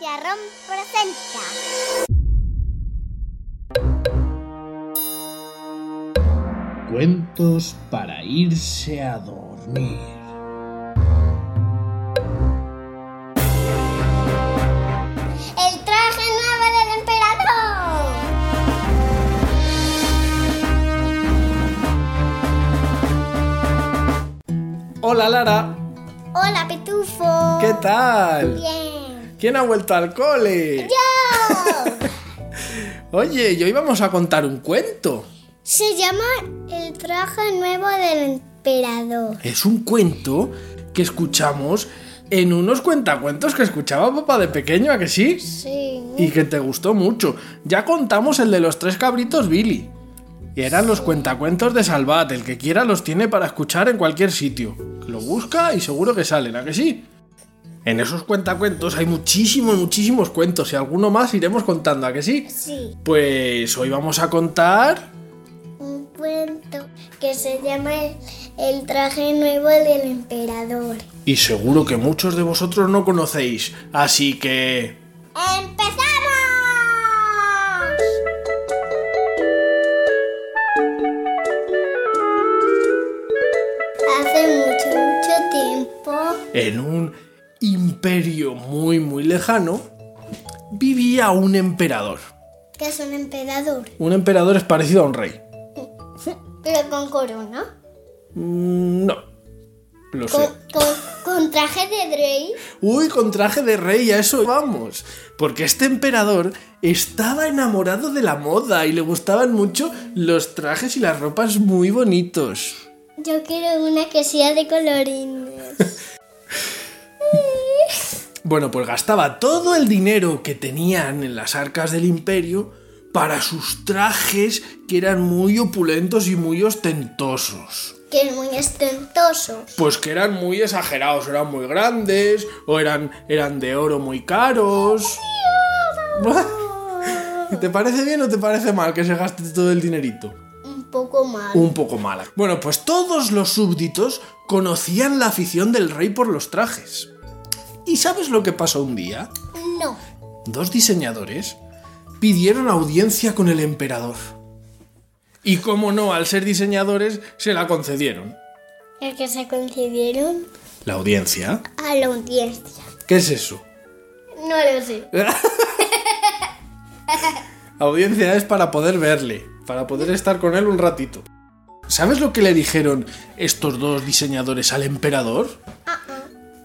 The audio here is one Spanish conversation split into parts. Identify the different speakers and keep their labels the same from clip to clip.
Speaker 1: Viarrón presenta.
Speaker 2: Cuentos para irse a dormir.
Speaker 1: El traje nuevo del emperador.
Speaker 3: Hola Lara,
Speaker 1: Hola, Pitufo.
Speaker 3: ¿qué tal?
Speaker 1: Bien.
Speaker 3: ¿Quién ha vuelto al cole?
Speaker 1: ¡Yo!
Speaker 3: Oye, y hoy vamos a contar un cuento.
Speaker 1: Se llama El traje nuevo del emperador.
Speaker 3: Es un cuento que escuchamos en unos cuentacuentos que escuchaba papá de pequeño, ¿a que sí?
Speaker 1: Sí.
Speaker 3: Y que te gustó mucho. Ya contamos el de los tres cabritos Billy. Y eran los cuentacuentos de Salvat, el que quiera los tiene para escuchar en cualquier sitio. Lo busca y seguro que salen, ¿a que sí? En esos cuentacuentos hay muchísimos, muchísimos cuentos y alguno más iremos contando, ¿a que sí?
Speaker 1: Sí.
Speaker 3: Pues hoy vamos a contar.
Speaker 1: Un cuento que se llama El, el traje nuevo del emperador.
Speaker 3: Y seguro que muchos de vosotros no conocéis. Así que.
Speaker 1: ¡Empezamos! Hace mucho, mucho tiempo
Speaker 3: En un imperio muy, muy lejano. Vivía un emperador.
Speaker 1: que es un emperador,
Speaker 3: Un emperador es parecido a un rey.
Speaker 1: pero con corona,
Speaker 3: Mm, No. Lo sé.
Speaker 1: con, con- con traje de rey.
Speaker 3: Uy, con traje de rey, a eso vamos. Porque este emperador estaba enamorado de la moda y le gustaban mucho los trajes y las ropas muy bonitos.
Speaker 1: Yo quiero una que sea de colorines.
Speaker 3: Bueno, pues gastaba todo el dinero que tenían en las arcas del imperio para sus trajes que eran muy opulentos y muy ostentosos.
Speaker 1: que es muy estentoso.
Speaker 3: Pues que eran muy exagerados, eran muy grandes o eran, eran de oro muy caros. ¿Te parece bien o te parece mal que se gaste todo el dinerito?
Speaker 1: Un poco mal.
Speaker 3: Un poco mala. Bueno, pues todos los súbditos conocían la afición del rey por los trajes. ¿Y sabes lo que pasó un día?
Speaker 1: No.
Speaker 3: dos diseñadores pidieron audiencia con el emperador. Y como no, al ser diseñadores, se la concedieron.
Speaker 1: El que se concedieron
Speaker 3: ¿La audiencia?
Speaker 1: a la audiencia.
Speaker 3: ¿Qué es eso?
Speaker 1: No lo sé.
Speaker 3: Audiencia es para poder verle, para poder estar con él un ratito. ¿Sabes lo que le dijeron estos dos diseñadores al emperador?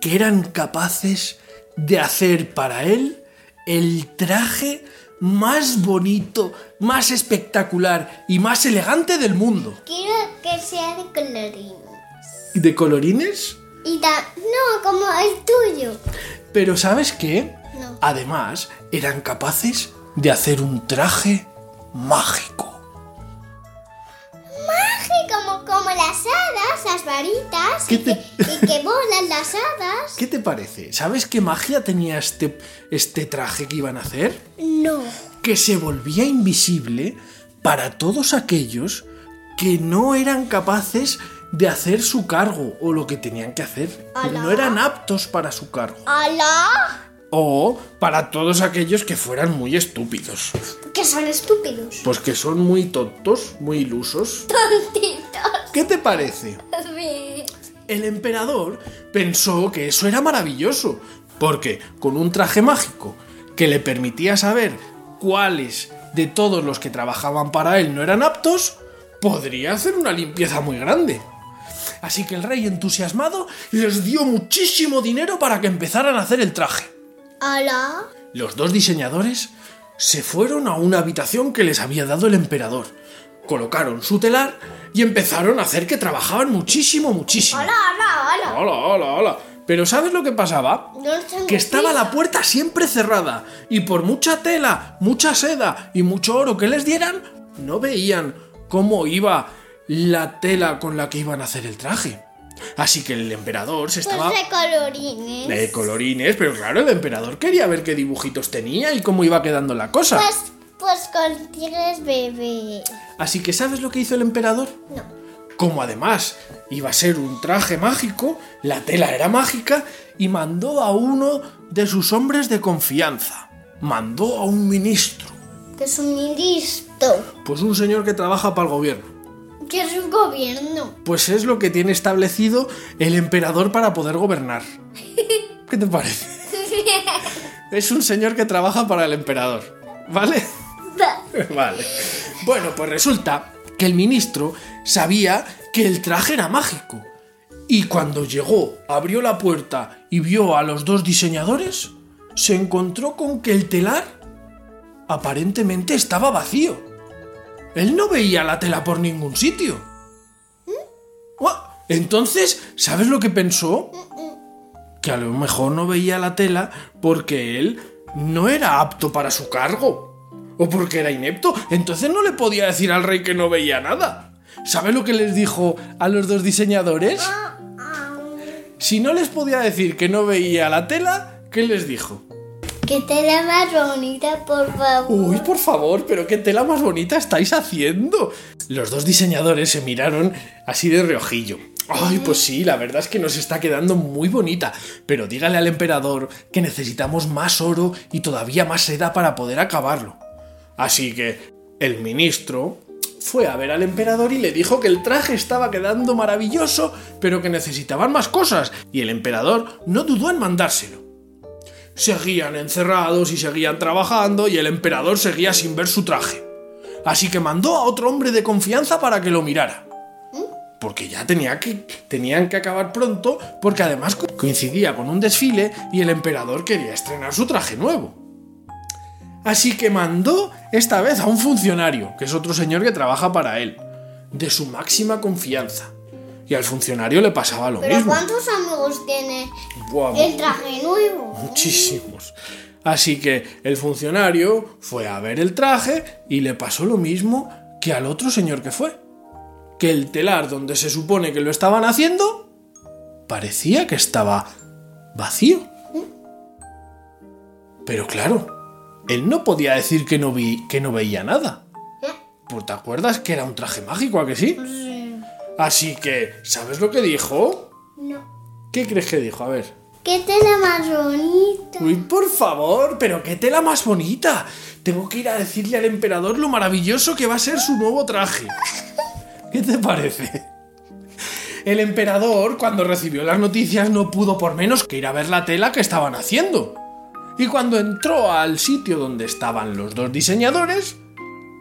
Speaker 3: Que eran capaces de hacer para él el traje más bonito, más espectacular y más elegante del mundo.
Speaker 1: Quiero que sea de colorín.
Speaker 3: ¿Y ¿De colorines?
Speaker 1: Y da... No, como el tuyo.
Speaker 3: Pero ¿sabes qué?
Speaker 1: No.
Speaker 3: Además, eran capaces de hacer un traje mágico.
Speaker 1: Maje, como, como las hadas, las varitas.
Speaker 3: ¿Qué
Speaker 1: y,
Speaker 3: te-
Speaker 1: que, y que volan las hadas.
Speaker 3: ¿Qué te parece? ¿Sabes qué magia tenía este, este traje que iban a hacer?
Speaker 1: No.
Speaker 3: Que se volvía invisible para todos aquellos que no eran capaces de hacer su cargo o lo que tenían que hacer.
Speaker 1: Ala.
Speaker 3: No eran aptos para su cargo.
Speaker 1: ¡Hala!
Speaker 3: O para todos aquellos que fueran muy estúpidos.
Speaker 1: Que son estúpidos.
Speaker 3: Pues que son muy tontos, muy ilusos.
Speaker 1: Tontitos.
Speaker 3: ¿Qué te parece? El emperador pensó que eso era maravilloso, porque con un traje mágico que le permitía saber cuáles de todos los que trabajaban para él no eran aptos, podría hacer una limpieza muy grande. Así que el rey entusiasmado les dio muchísimo dinero para que empezaran a hacer el traje.
Speaker 1: ¡Hala!
Speaker 3: Los dos diseñadores se fueron a una habitación que les había dado el emperador. Colocaron su telar y empezaron a hacer que trabajaban muchísimo, muchísimo.
Speaker 1: ¡Hala, hala, hala!
Speaker 3: Hola, hola, hola. Pero ¿sabes lo que pasaba?
Speaker 1: No los tengo
Speaker 3: Que estaba
Speaker 1: prisa.
Speaker 3: la puerta siempre cerrada y por mucha tela, mucha seda y mucho oro que les dieran, no veían cómo iba la tela con la que iban a hacer el traje. Así que el emperador se estaba...
Speaker 1: Pues de colorines.
Speaker 3: De colorines, pero claro, el emperador quería ver qué dibujitos tenía y cómo iba quedando la cosa.
Speaker 1: Pues, pues con tigres bebé.
Speaker 3: Así que ¿sabes lo que hizo el emperador?
Speaker 1: No.
Speaker 3: Como además iba a ser un traje mágico, la tela era mágica y mandó a uno de sus hombres de confianza. Mandó a un ministro,
Speaker 1: Que es un ministro.
Speaker 3: pues un señor que trabaja para el gobierno.
Speaker 1: Que es un gobierno.
Speaker 3: Pues es lo que tiene establecido el emperador para poder gobernar. ¿Qué te parece? Es un señor que trabaja para el emperador, ¿vale? Vale. Bueno, pues resulta que el ministro sabía que el traje era mágico. Y cuando llegó, abrió la puerta y vio a los dos diseñadores, se encontró con que el telar aparentemente estaba vacío. Él no veía la tela por ningún sitio. Ua, Entonces, ¿sabes lo que pensó? Que a lo mejor no veía la tela porque él no era apto para su cargo. O porque era inepto. Entonces no le podía decir al rey que no veía nada. ¿Sabes lo que les dijo a los dos diseñadores?
Speaker 1: Ah.
Speaker 3: Si no les podía decir que no veía la tela, ¿qué les dijo?
Speaker 1: Que tela más bonita, por favor.
Speaker 3: Uy, por favor, pero qué tela más bonita estáis haciendo. Los dos diseñadores se miraron así de reojillo. Ay, pues sí, la verdad es que nos está quedando muy bonita, pero dígale al emperador que necesitamos más oro y todavía más seda para poder acabarlo. Así que el ministro fue a ver al emperador y le dijo que el traje estaba quedando maravilloso, pero que necesitaban más cosas, y el emperador no dudó en mandárselo seguían encerrados y seguían trabajando y el emperador seguía sin ver su traje. Así que mandó a otro hombre de confianza para que lo mirara. Porque ya tenía que, tenían que acabar pronto porque además co- coincidía con un desfile y el emperador quería estrenar su traje nuevo. Así que mandó esta vez a un funcionario, que es otro señor que trabaja para él, de su máxima confianza. Y al funcionario le pasaba este lo
Speaker 1: Pero
Speaker 3: mismo.
Speaker 1: ¿cuántos amigos tiene
Speaker 3: Buah,
Speaker 1: el traje nuevo?
Speaker 3: Muchísimos. Así que el funcionario fue a ver el traje y le pasó lo mismo que al otro señor que fue. Que el telar donde se supone que lo estaban haciendo parecía que estaba vacío. Pero claro, él no podía decir que no, vi, que no veía nada. Pues te acuerdas que era un traje mágico, ¿a que sí? Así que, ¿sabes lo que dijo?
Speaker 1: No.
Speaker 3: ¿Qué crees que dijo? A ver.
Speaker 1: ¿Qué tela más bonita?
Speaker 3: Uy, por favor, pero qué tela más bonita. Tengo que ir a decirle al emperador lo maravilloso que va a ser su nuevo traje. ¿Qué te parece? El emperador, cuando recibió las noticias, no pudo por menos que ir a ver la tela que estaban haciendo. Y cuando entró al sitio donde estaban los dos diseñadores,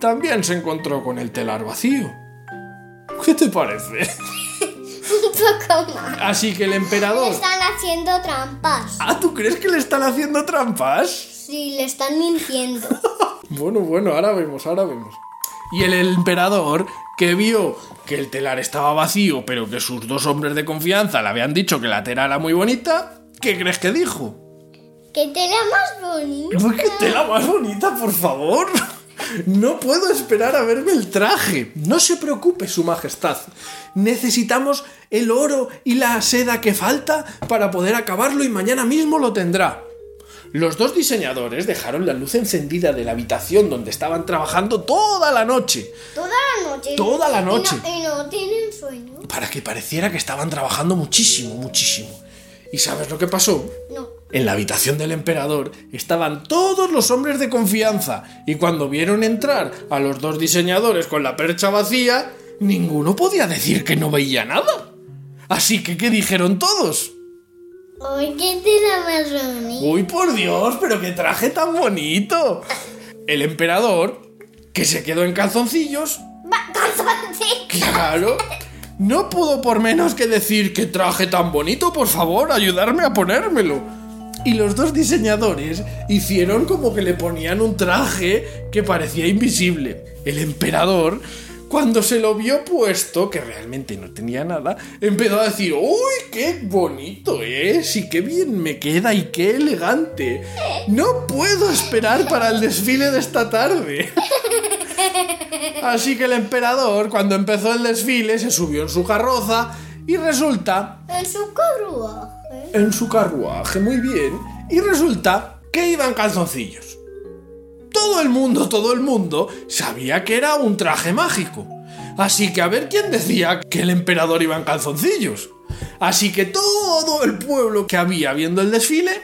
Speaker 3: también se encontró con el telar vacío. ¿Qué te parece?
Speaker 1: Un poco más.
Speaker 3: Así que el emperador...
Speaker 1: Están haciendo trampas.
Speaker 3: Ah, ¿tú crees que le están haciendo trampas?
Speaker 1: Sí, le están mintiendo.
Speaker 3: Bueno, bueno, ahora vemos, ahora vemos. Y el emperador, que vio que el telar estaba vacío, pero que sus dos hombres de confianza le habían dicho que la tela era muy bonita, ¿qué crees que dijo?
Speaker 1: ¿Qué tela más bonita?
Speaker 3: Pues qué tela más bonita, por favor. No puedo esperar a verme el traje. No se preocupe, Su Majestad. Necesitamos el oro y la seda que falta para poder acabarlo y mañana mismo lo tendrá. Los dos diseñadores dejaron la luz encendida de la habitación donde estaban trabajando toda la noche,
Speaker 1: Toda la noche.
Speaker 3: Toda la
Speaker 1: Y no-
Speaker 3: noche.
Speaker 1: Y no, tienen sueño.
Speaker 3: para que pareciera que estaban trabajando muchísimo, muchísimo. ¿Y sabes lo que pasó?
Speaker 1: No.
Speaker 3: En la habitación del emperador estaban todos los hombres de confianza, y cuando vieron entrar a los dos diseñadores con la percha vacía, ninguno podía decir que no veía nada. Así que, ¿qué dijeron todos?
Speaker 1: Ay, qué tela más bonita.
Speaker 3: ¡Uy, por Dios! ¡Pero qué traje tan bonito! El emperador, que se quedó en calzoncillos,
Speaker 1: Va, calzoncillo.
Speaker 3: claro, no pudo por menos que decir que traje tan bonito, por favor, ayudarme a ponérmelo. Y los dos diseñadores hicieron como que le ponían un traje que parecía invisible. El emperador, cuando se lo vio puesto, que realmente no tenía nada, empezó a decir, ¡Uy, qué bonito es! Y qué bien me queda y qué elegante. No puedo esperar para el desfile de esta tarde. Así que el emperador, cuando empezó el desfile, se subió en su carroza y resulta
Speaker 1: En su carruaje.
Speaker 3: en su carruaje, muy bien, y resulta que iban calzoncillos. Todo el mundo, todo el mundo sabía que era un traje mágico. Así que a ver quién decía que el emperador iba en calzoncillos. Así que todo el pueblo que había viendo el desfile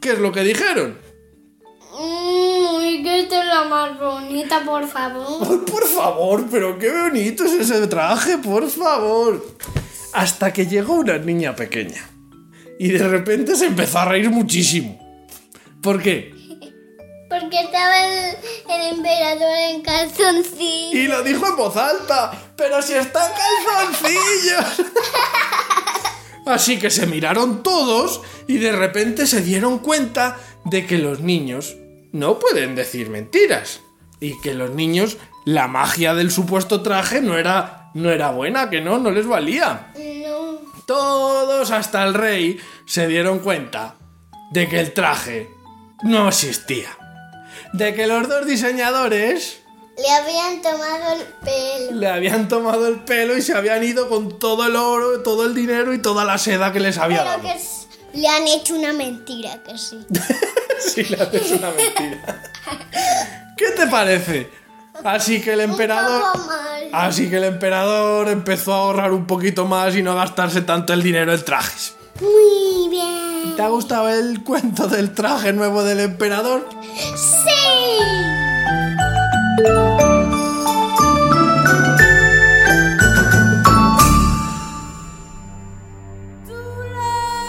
Speaker 3: ¿Qué es lo que dijeron?
Speaker 1: Mmm, que esta es la más bonita, por favor.
Speaker 3: Ay, por favor, pero qué bonito es ese traje, por favor. Hasta que llegó una niña pequeña. Y de repente se empezó a reír muchísimo. ¿Por qué?
Speaker 1: Porque estaba el, el emperador en calzoncillo.
Speaker 3: Y lo dijo en voz alta. Pero si está en calzoncillos. Así que se miraron todos y de repente se dieron cuenta de que los niños no pueden decir mentiras. Y que los niños, la magia del supuesto traje no era, no era buena, que no, no les valía
Speaker 1: No.
Speaker 3: todos hasta el rey se dieron cuenta de que el traje no existía. De que los dos diseñadores
Speaker 1: Le habían tomado el pelo.
Speaker 3: le habían tomado el pelo y se habían ido con todo el oro, todo el dinero y toda la seda que les había
Speaker 1: Pero
Speaker 3: dado.
Speaker 1: que s- le han hecho una mentira, que sí.
Speaker 3: Si le haces una mentira. ¿Qué te parece? Así que el emperador.
Speaker 1: poco mal.
Speaker 3: Así que el emperador empezó a ahorrar un poquito más y no gastarse tanto el dinero en trajes.
Speaker 1: Muy bien.
Speaker 3: ¿Te ha gustado el cuento del traje nuevo del emperador?
Speaker 1: Sí.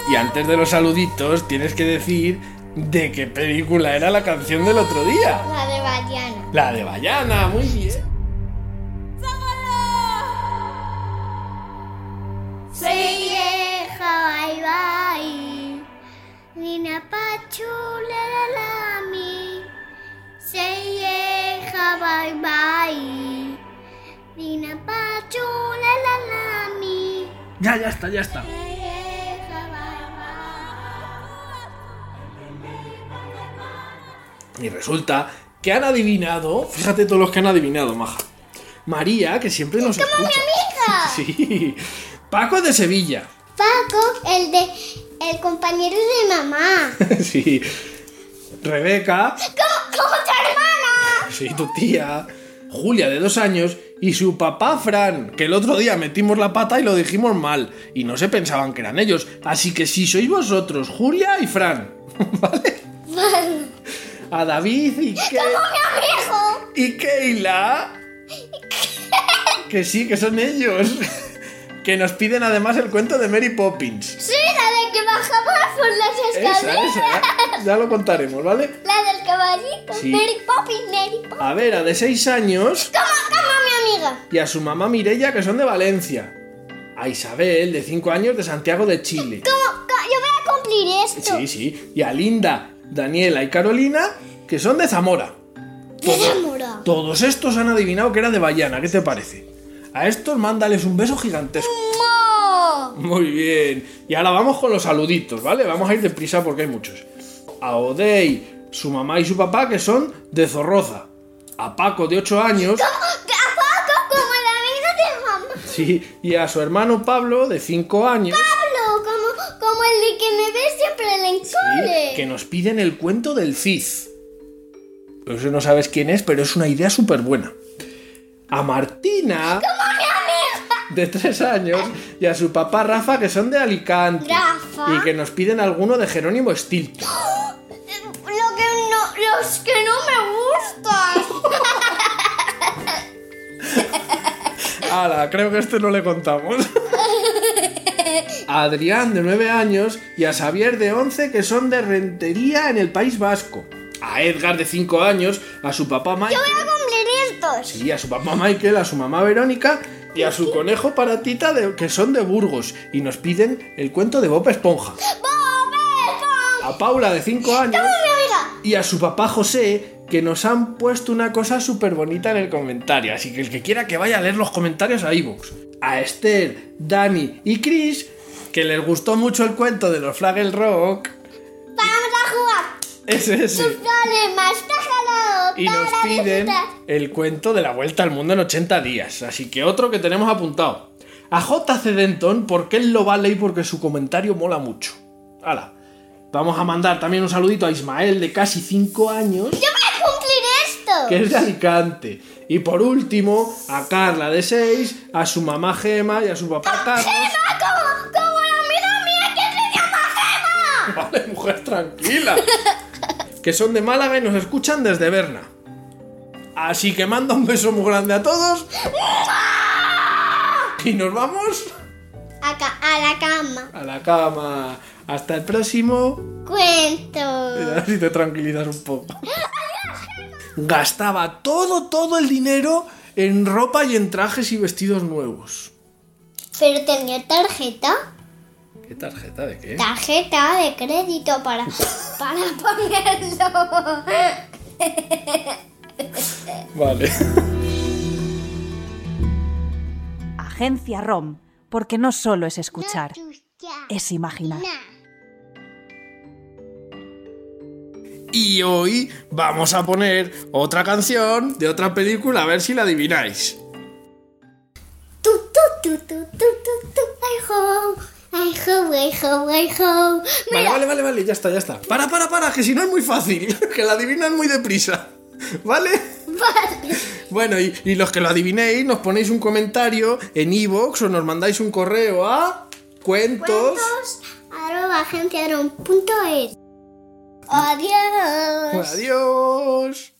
Speaker 3: Y antes de los saluditos, tienes que decir de qué película era la canción del otro día.
Speaker 1: La de Bayana.
Speaker 3: La de Bayana, muy bien.
Speaker 1: Soy vieja, bye bye. Nina pachula la la mi. Soy vieja, bye bye. Nina pachula la la mi.
Speaker 3: Ya, ya está, ya está.
Speaker 1: Soy vieja, bye bye.
Speaker 3: Y resulta que han adivinado, fíjate todos los que han adivinado, maja. María, que siempre nos
Speaker 1: ¡Como mi
Speaker 3: escucha.
Speaker 1: amiga!
Speaker 3: Sí. Paco de Sevilla.
Speaker 1: Paco, el de. el compañero de mamá.
Speaker 3: Sí. Rebeca,
Speaker 1: ¡Como, como tu hermana!
Speaker 3: sí, tu tía. Julia, de dos años, y su papá Fran, que el otro día metimos la pata y lo dijimos mal, y no se pensaban que eran ellos. Así que si sois vosotros, Julia y Fran, ¿vale? A David y, Ke-
Speaker 1: ¡Hijo!
Speaker 3: y Keila. Que sí, que son ellos. Que nos piden además el cuento de Mary Poppins.
Speaker 1: Sí, la de que bajaba por las
Speaker 3: Esa,
Speaker 1: escaleras.
Speaker 3: esa, ya lo contaremos, ¿vale?
Speaker 1: La del caballito.
Speaker 3: Sí.
Speaker 1: Mary Poppins, Mary Poppins.
Speaker 3: A ver, a de seis años,
Speaker 1: ¿Cómo, cómo, mi amiga?
Speaker 3: y a su mamá Mirella, que son de Valencia. A Isabel, de 5 años, de Santiago de Chile.
Speaker 1: ¿Cómo, cómo? Yo voy a cumplir esto.
Speaker 3: Sí, sí. Y a Linda, Daniela y Carolina, que son de Zamora.
Speaker 1: Qué enamorado.
Speaker 3: Todos estos han adivinado que era de Bayana, ¿qué te parece? A estos mándales un beso gigantesco.
Speaker 1: ¡Mo!
Speaker 3: Muy bien. Y ahora vamos con los saluditos, ¿vale? Vamos a ir deprisa porque hay muchos. A Odey, su mamá y su papá, que son de Zorroza. A Paco, de 8 años.
Speaker 1: ¿A poco? Como la amiga de mamá.
Speaker 3: Sí, y a su hermano Pablo, de 5 años.
Speaker 1: Pablo, como, como el de que me ve siempre en el cole.
Speaker 3: Sí, que nos piden el cuento del Cid. Eso no sabes quién es, pero es una idea súper buena. A Martina, de tres años, y a su papá Rafa, que son de Alicante.
Speaker 1: Rafa.
Speaker 3: Y que nos piden alguno de Jerónimo Stilton.
Speaker 1: Lo que no, los que no me gustan.
Speaker 3: Ala, creo que este no le contamos. A Adrián, de 9 años, y a Xavier, de 11, que son de Rentería en el País Vasco. A Edgar, de 5 años, a su papá Mike.
Speaker 1: voy a cumplir estos.
Speaker 3: Sí, a su papá Michael, a su mamá Verónica y a su conejo Paratita, de- que son de Burgos, y nos piden el cuento de Bob Esponja.
Speaker 1: ¡Bob Esponja!
Speaker 3: A Paula, de 5 años,
Speaker 1: ¡Mi amiga!
Speaker 3: y a su papá José, que nos han puesto una cosa súper bonita en el comentario, así que el que quiera que vaya a leer los comentarios a iVoox. A Esther, Dani y Chris, que les gustó mucho el cuento de los Flagel Rock,
Speaker 1: Vamos a jugar.
Speaker 3: es ese.
Speaker 1: Problema, está jalado.
Speaker 3: Y nos
Speaker 1: para
Speaker 3: piden
Speaker 1: visitar.
Speaker 3: el cuento de la vuelta al mundo en 80 días. Así que otro que tenemos apuntado. A JC Denton, porque él lo vale y porque su comentario mola mucho. Hala. Vamos a mandar también un saludito a Ismael de casi 5 años,
Speaker 1: ¡Yo voy a cumplir esto!
Speaker 3: que es de Alicante. Y por último, a Carla de 6, a su mamá Gema y a su papá Carlos.
Speaker 1: ¡Gema! ¡Como, como la amiga mía que se llama Gema!
Speaker 3: Vale, mujer. mujer tranquila. que son de Málaga y nos escuchan desde Berna. Así que manda un beso muy grande a todos. y nos vamos
Speaker 1: Acá, a la cama.
Speaker 3: a la cama. Hasta el próximo.
Speaker 1: Cuento.
Speaker 3: A ver si te tranquilizas un poco. Gastaba todo, todo el dinero en ropa y en trajes y vestidos nuevos.
Speaker 1: Pero tenía tarjeta.
Speaker 3: ¿Qué tarjeta de qué?
Speaker 1: Tarjeta de crédito para, para ponerlo.
Speaker 3: Vale.
Speaker 4: Agencia ROM, porque no solo es escuchar, es imaginar.
Speaker 3: Y hoy vamos a poner otra canción de otra película, a ver si la adivináis.
Speaker 1: Tu, tu, tu, tu, tu, tu, tu. Ay, ho. Ay, ho, ay, ho, ay, ho.
Speaker 3: Vale,
Speaker 1: Mira,
Speaker 3: vale, vale, vale, ya está, ya está. Para, para, para, que si no es muy fácil, que la adivinan muy deprisa. ¿Vale? Bueno, y, y los que lo adivinéis, nos ponéis un comentario en iVoox o nos mandáis un correo a cuentos.
Speaker 1: cuentos arroba agenciaron punto es. Adiós.
Speaker 3: Adiós.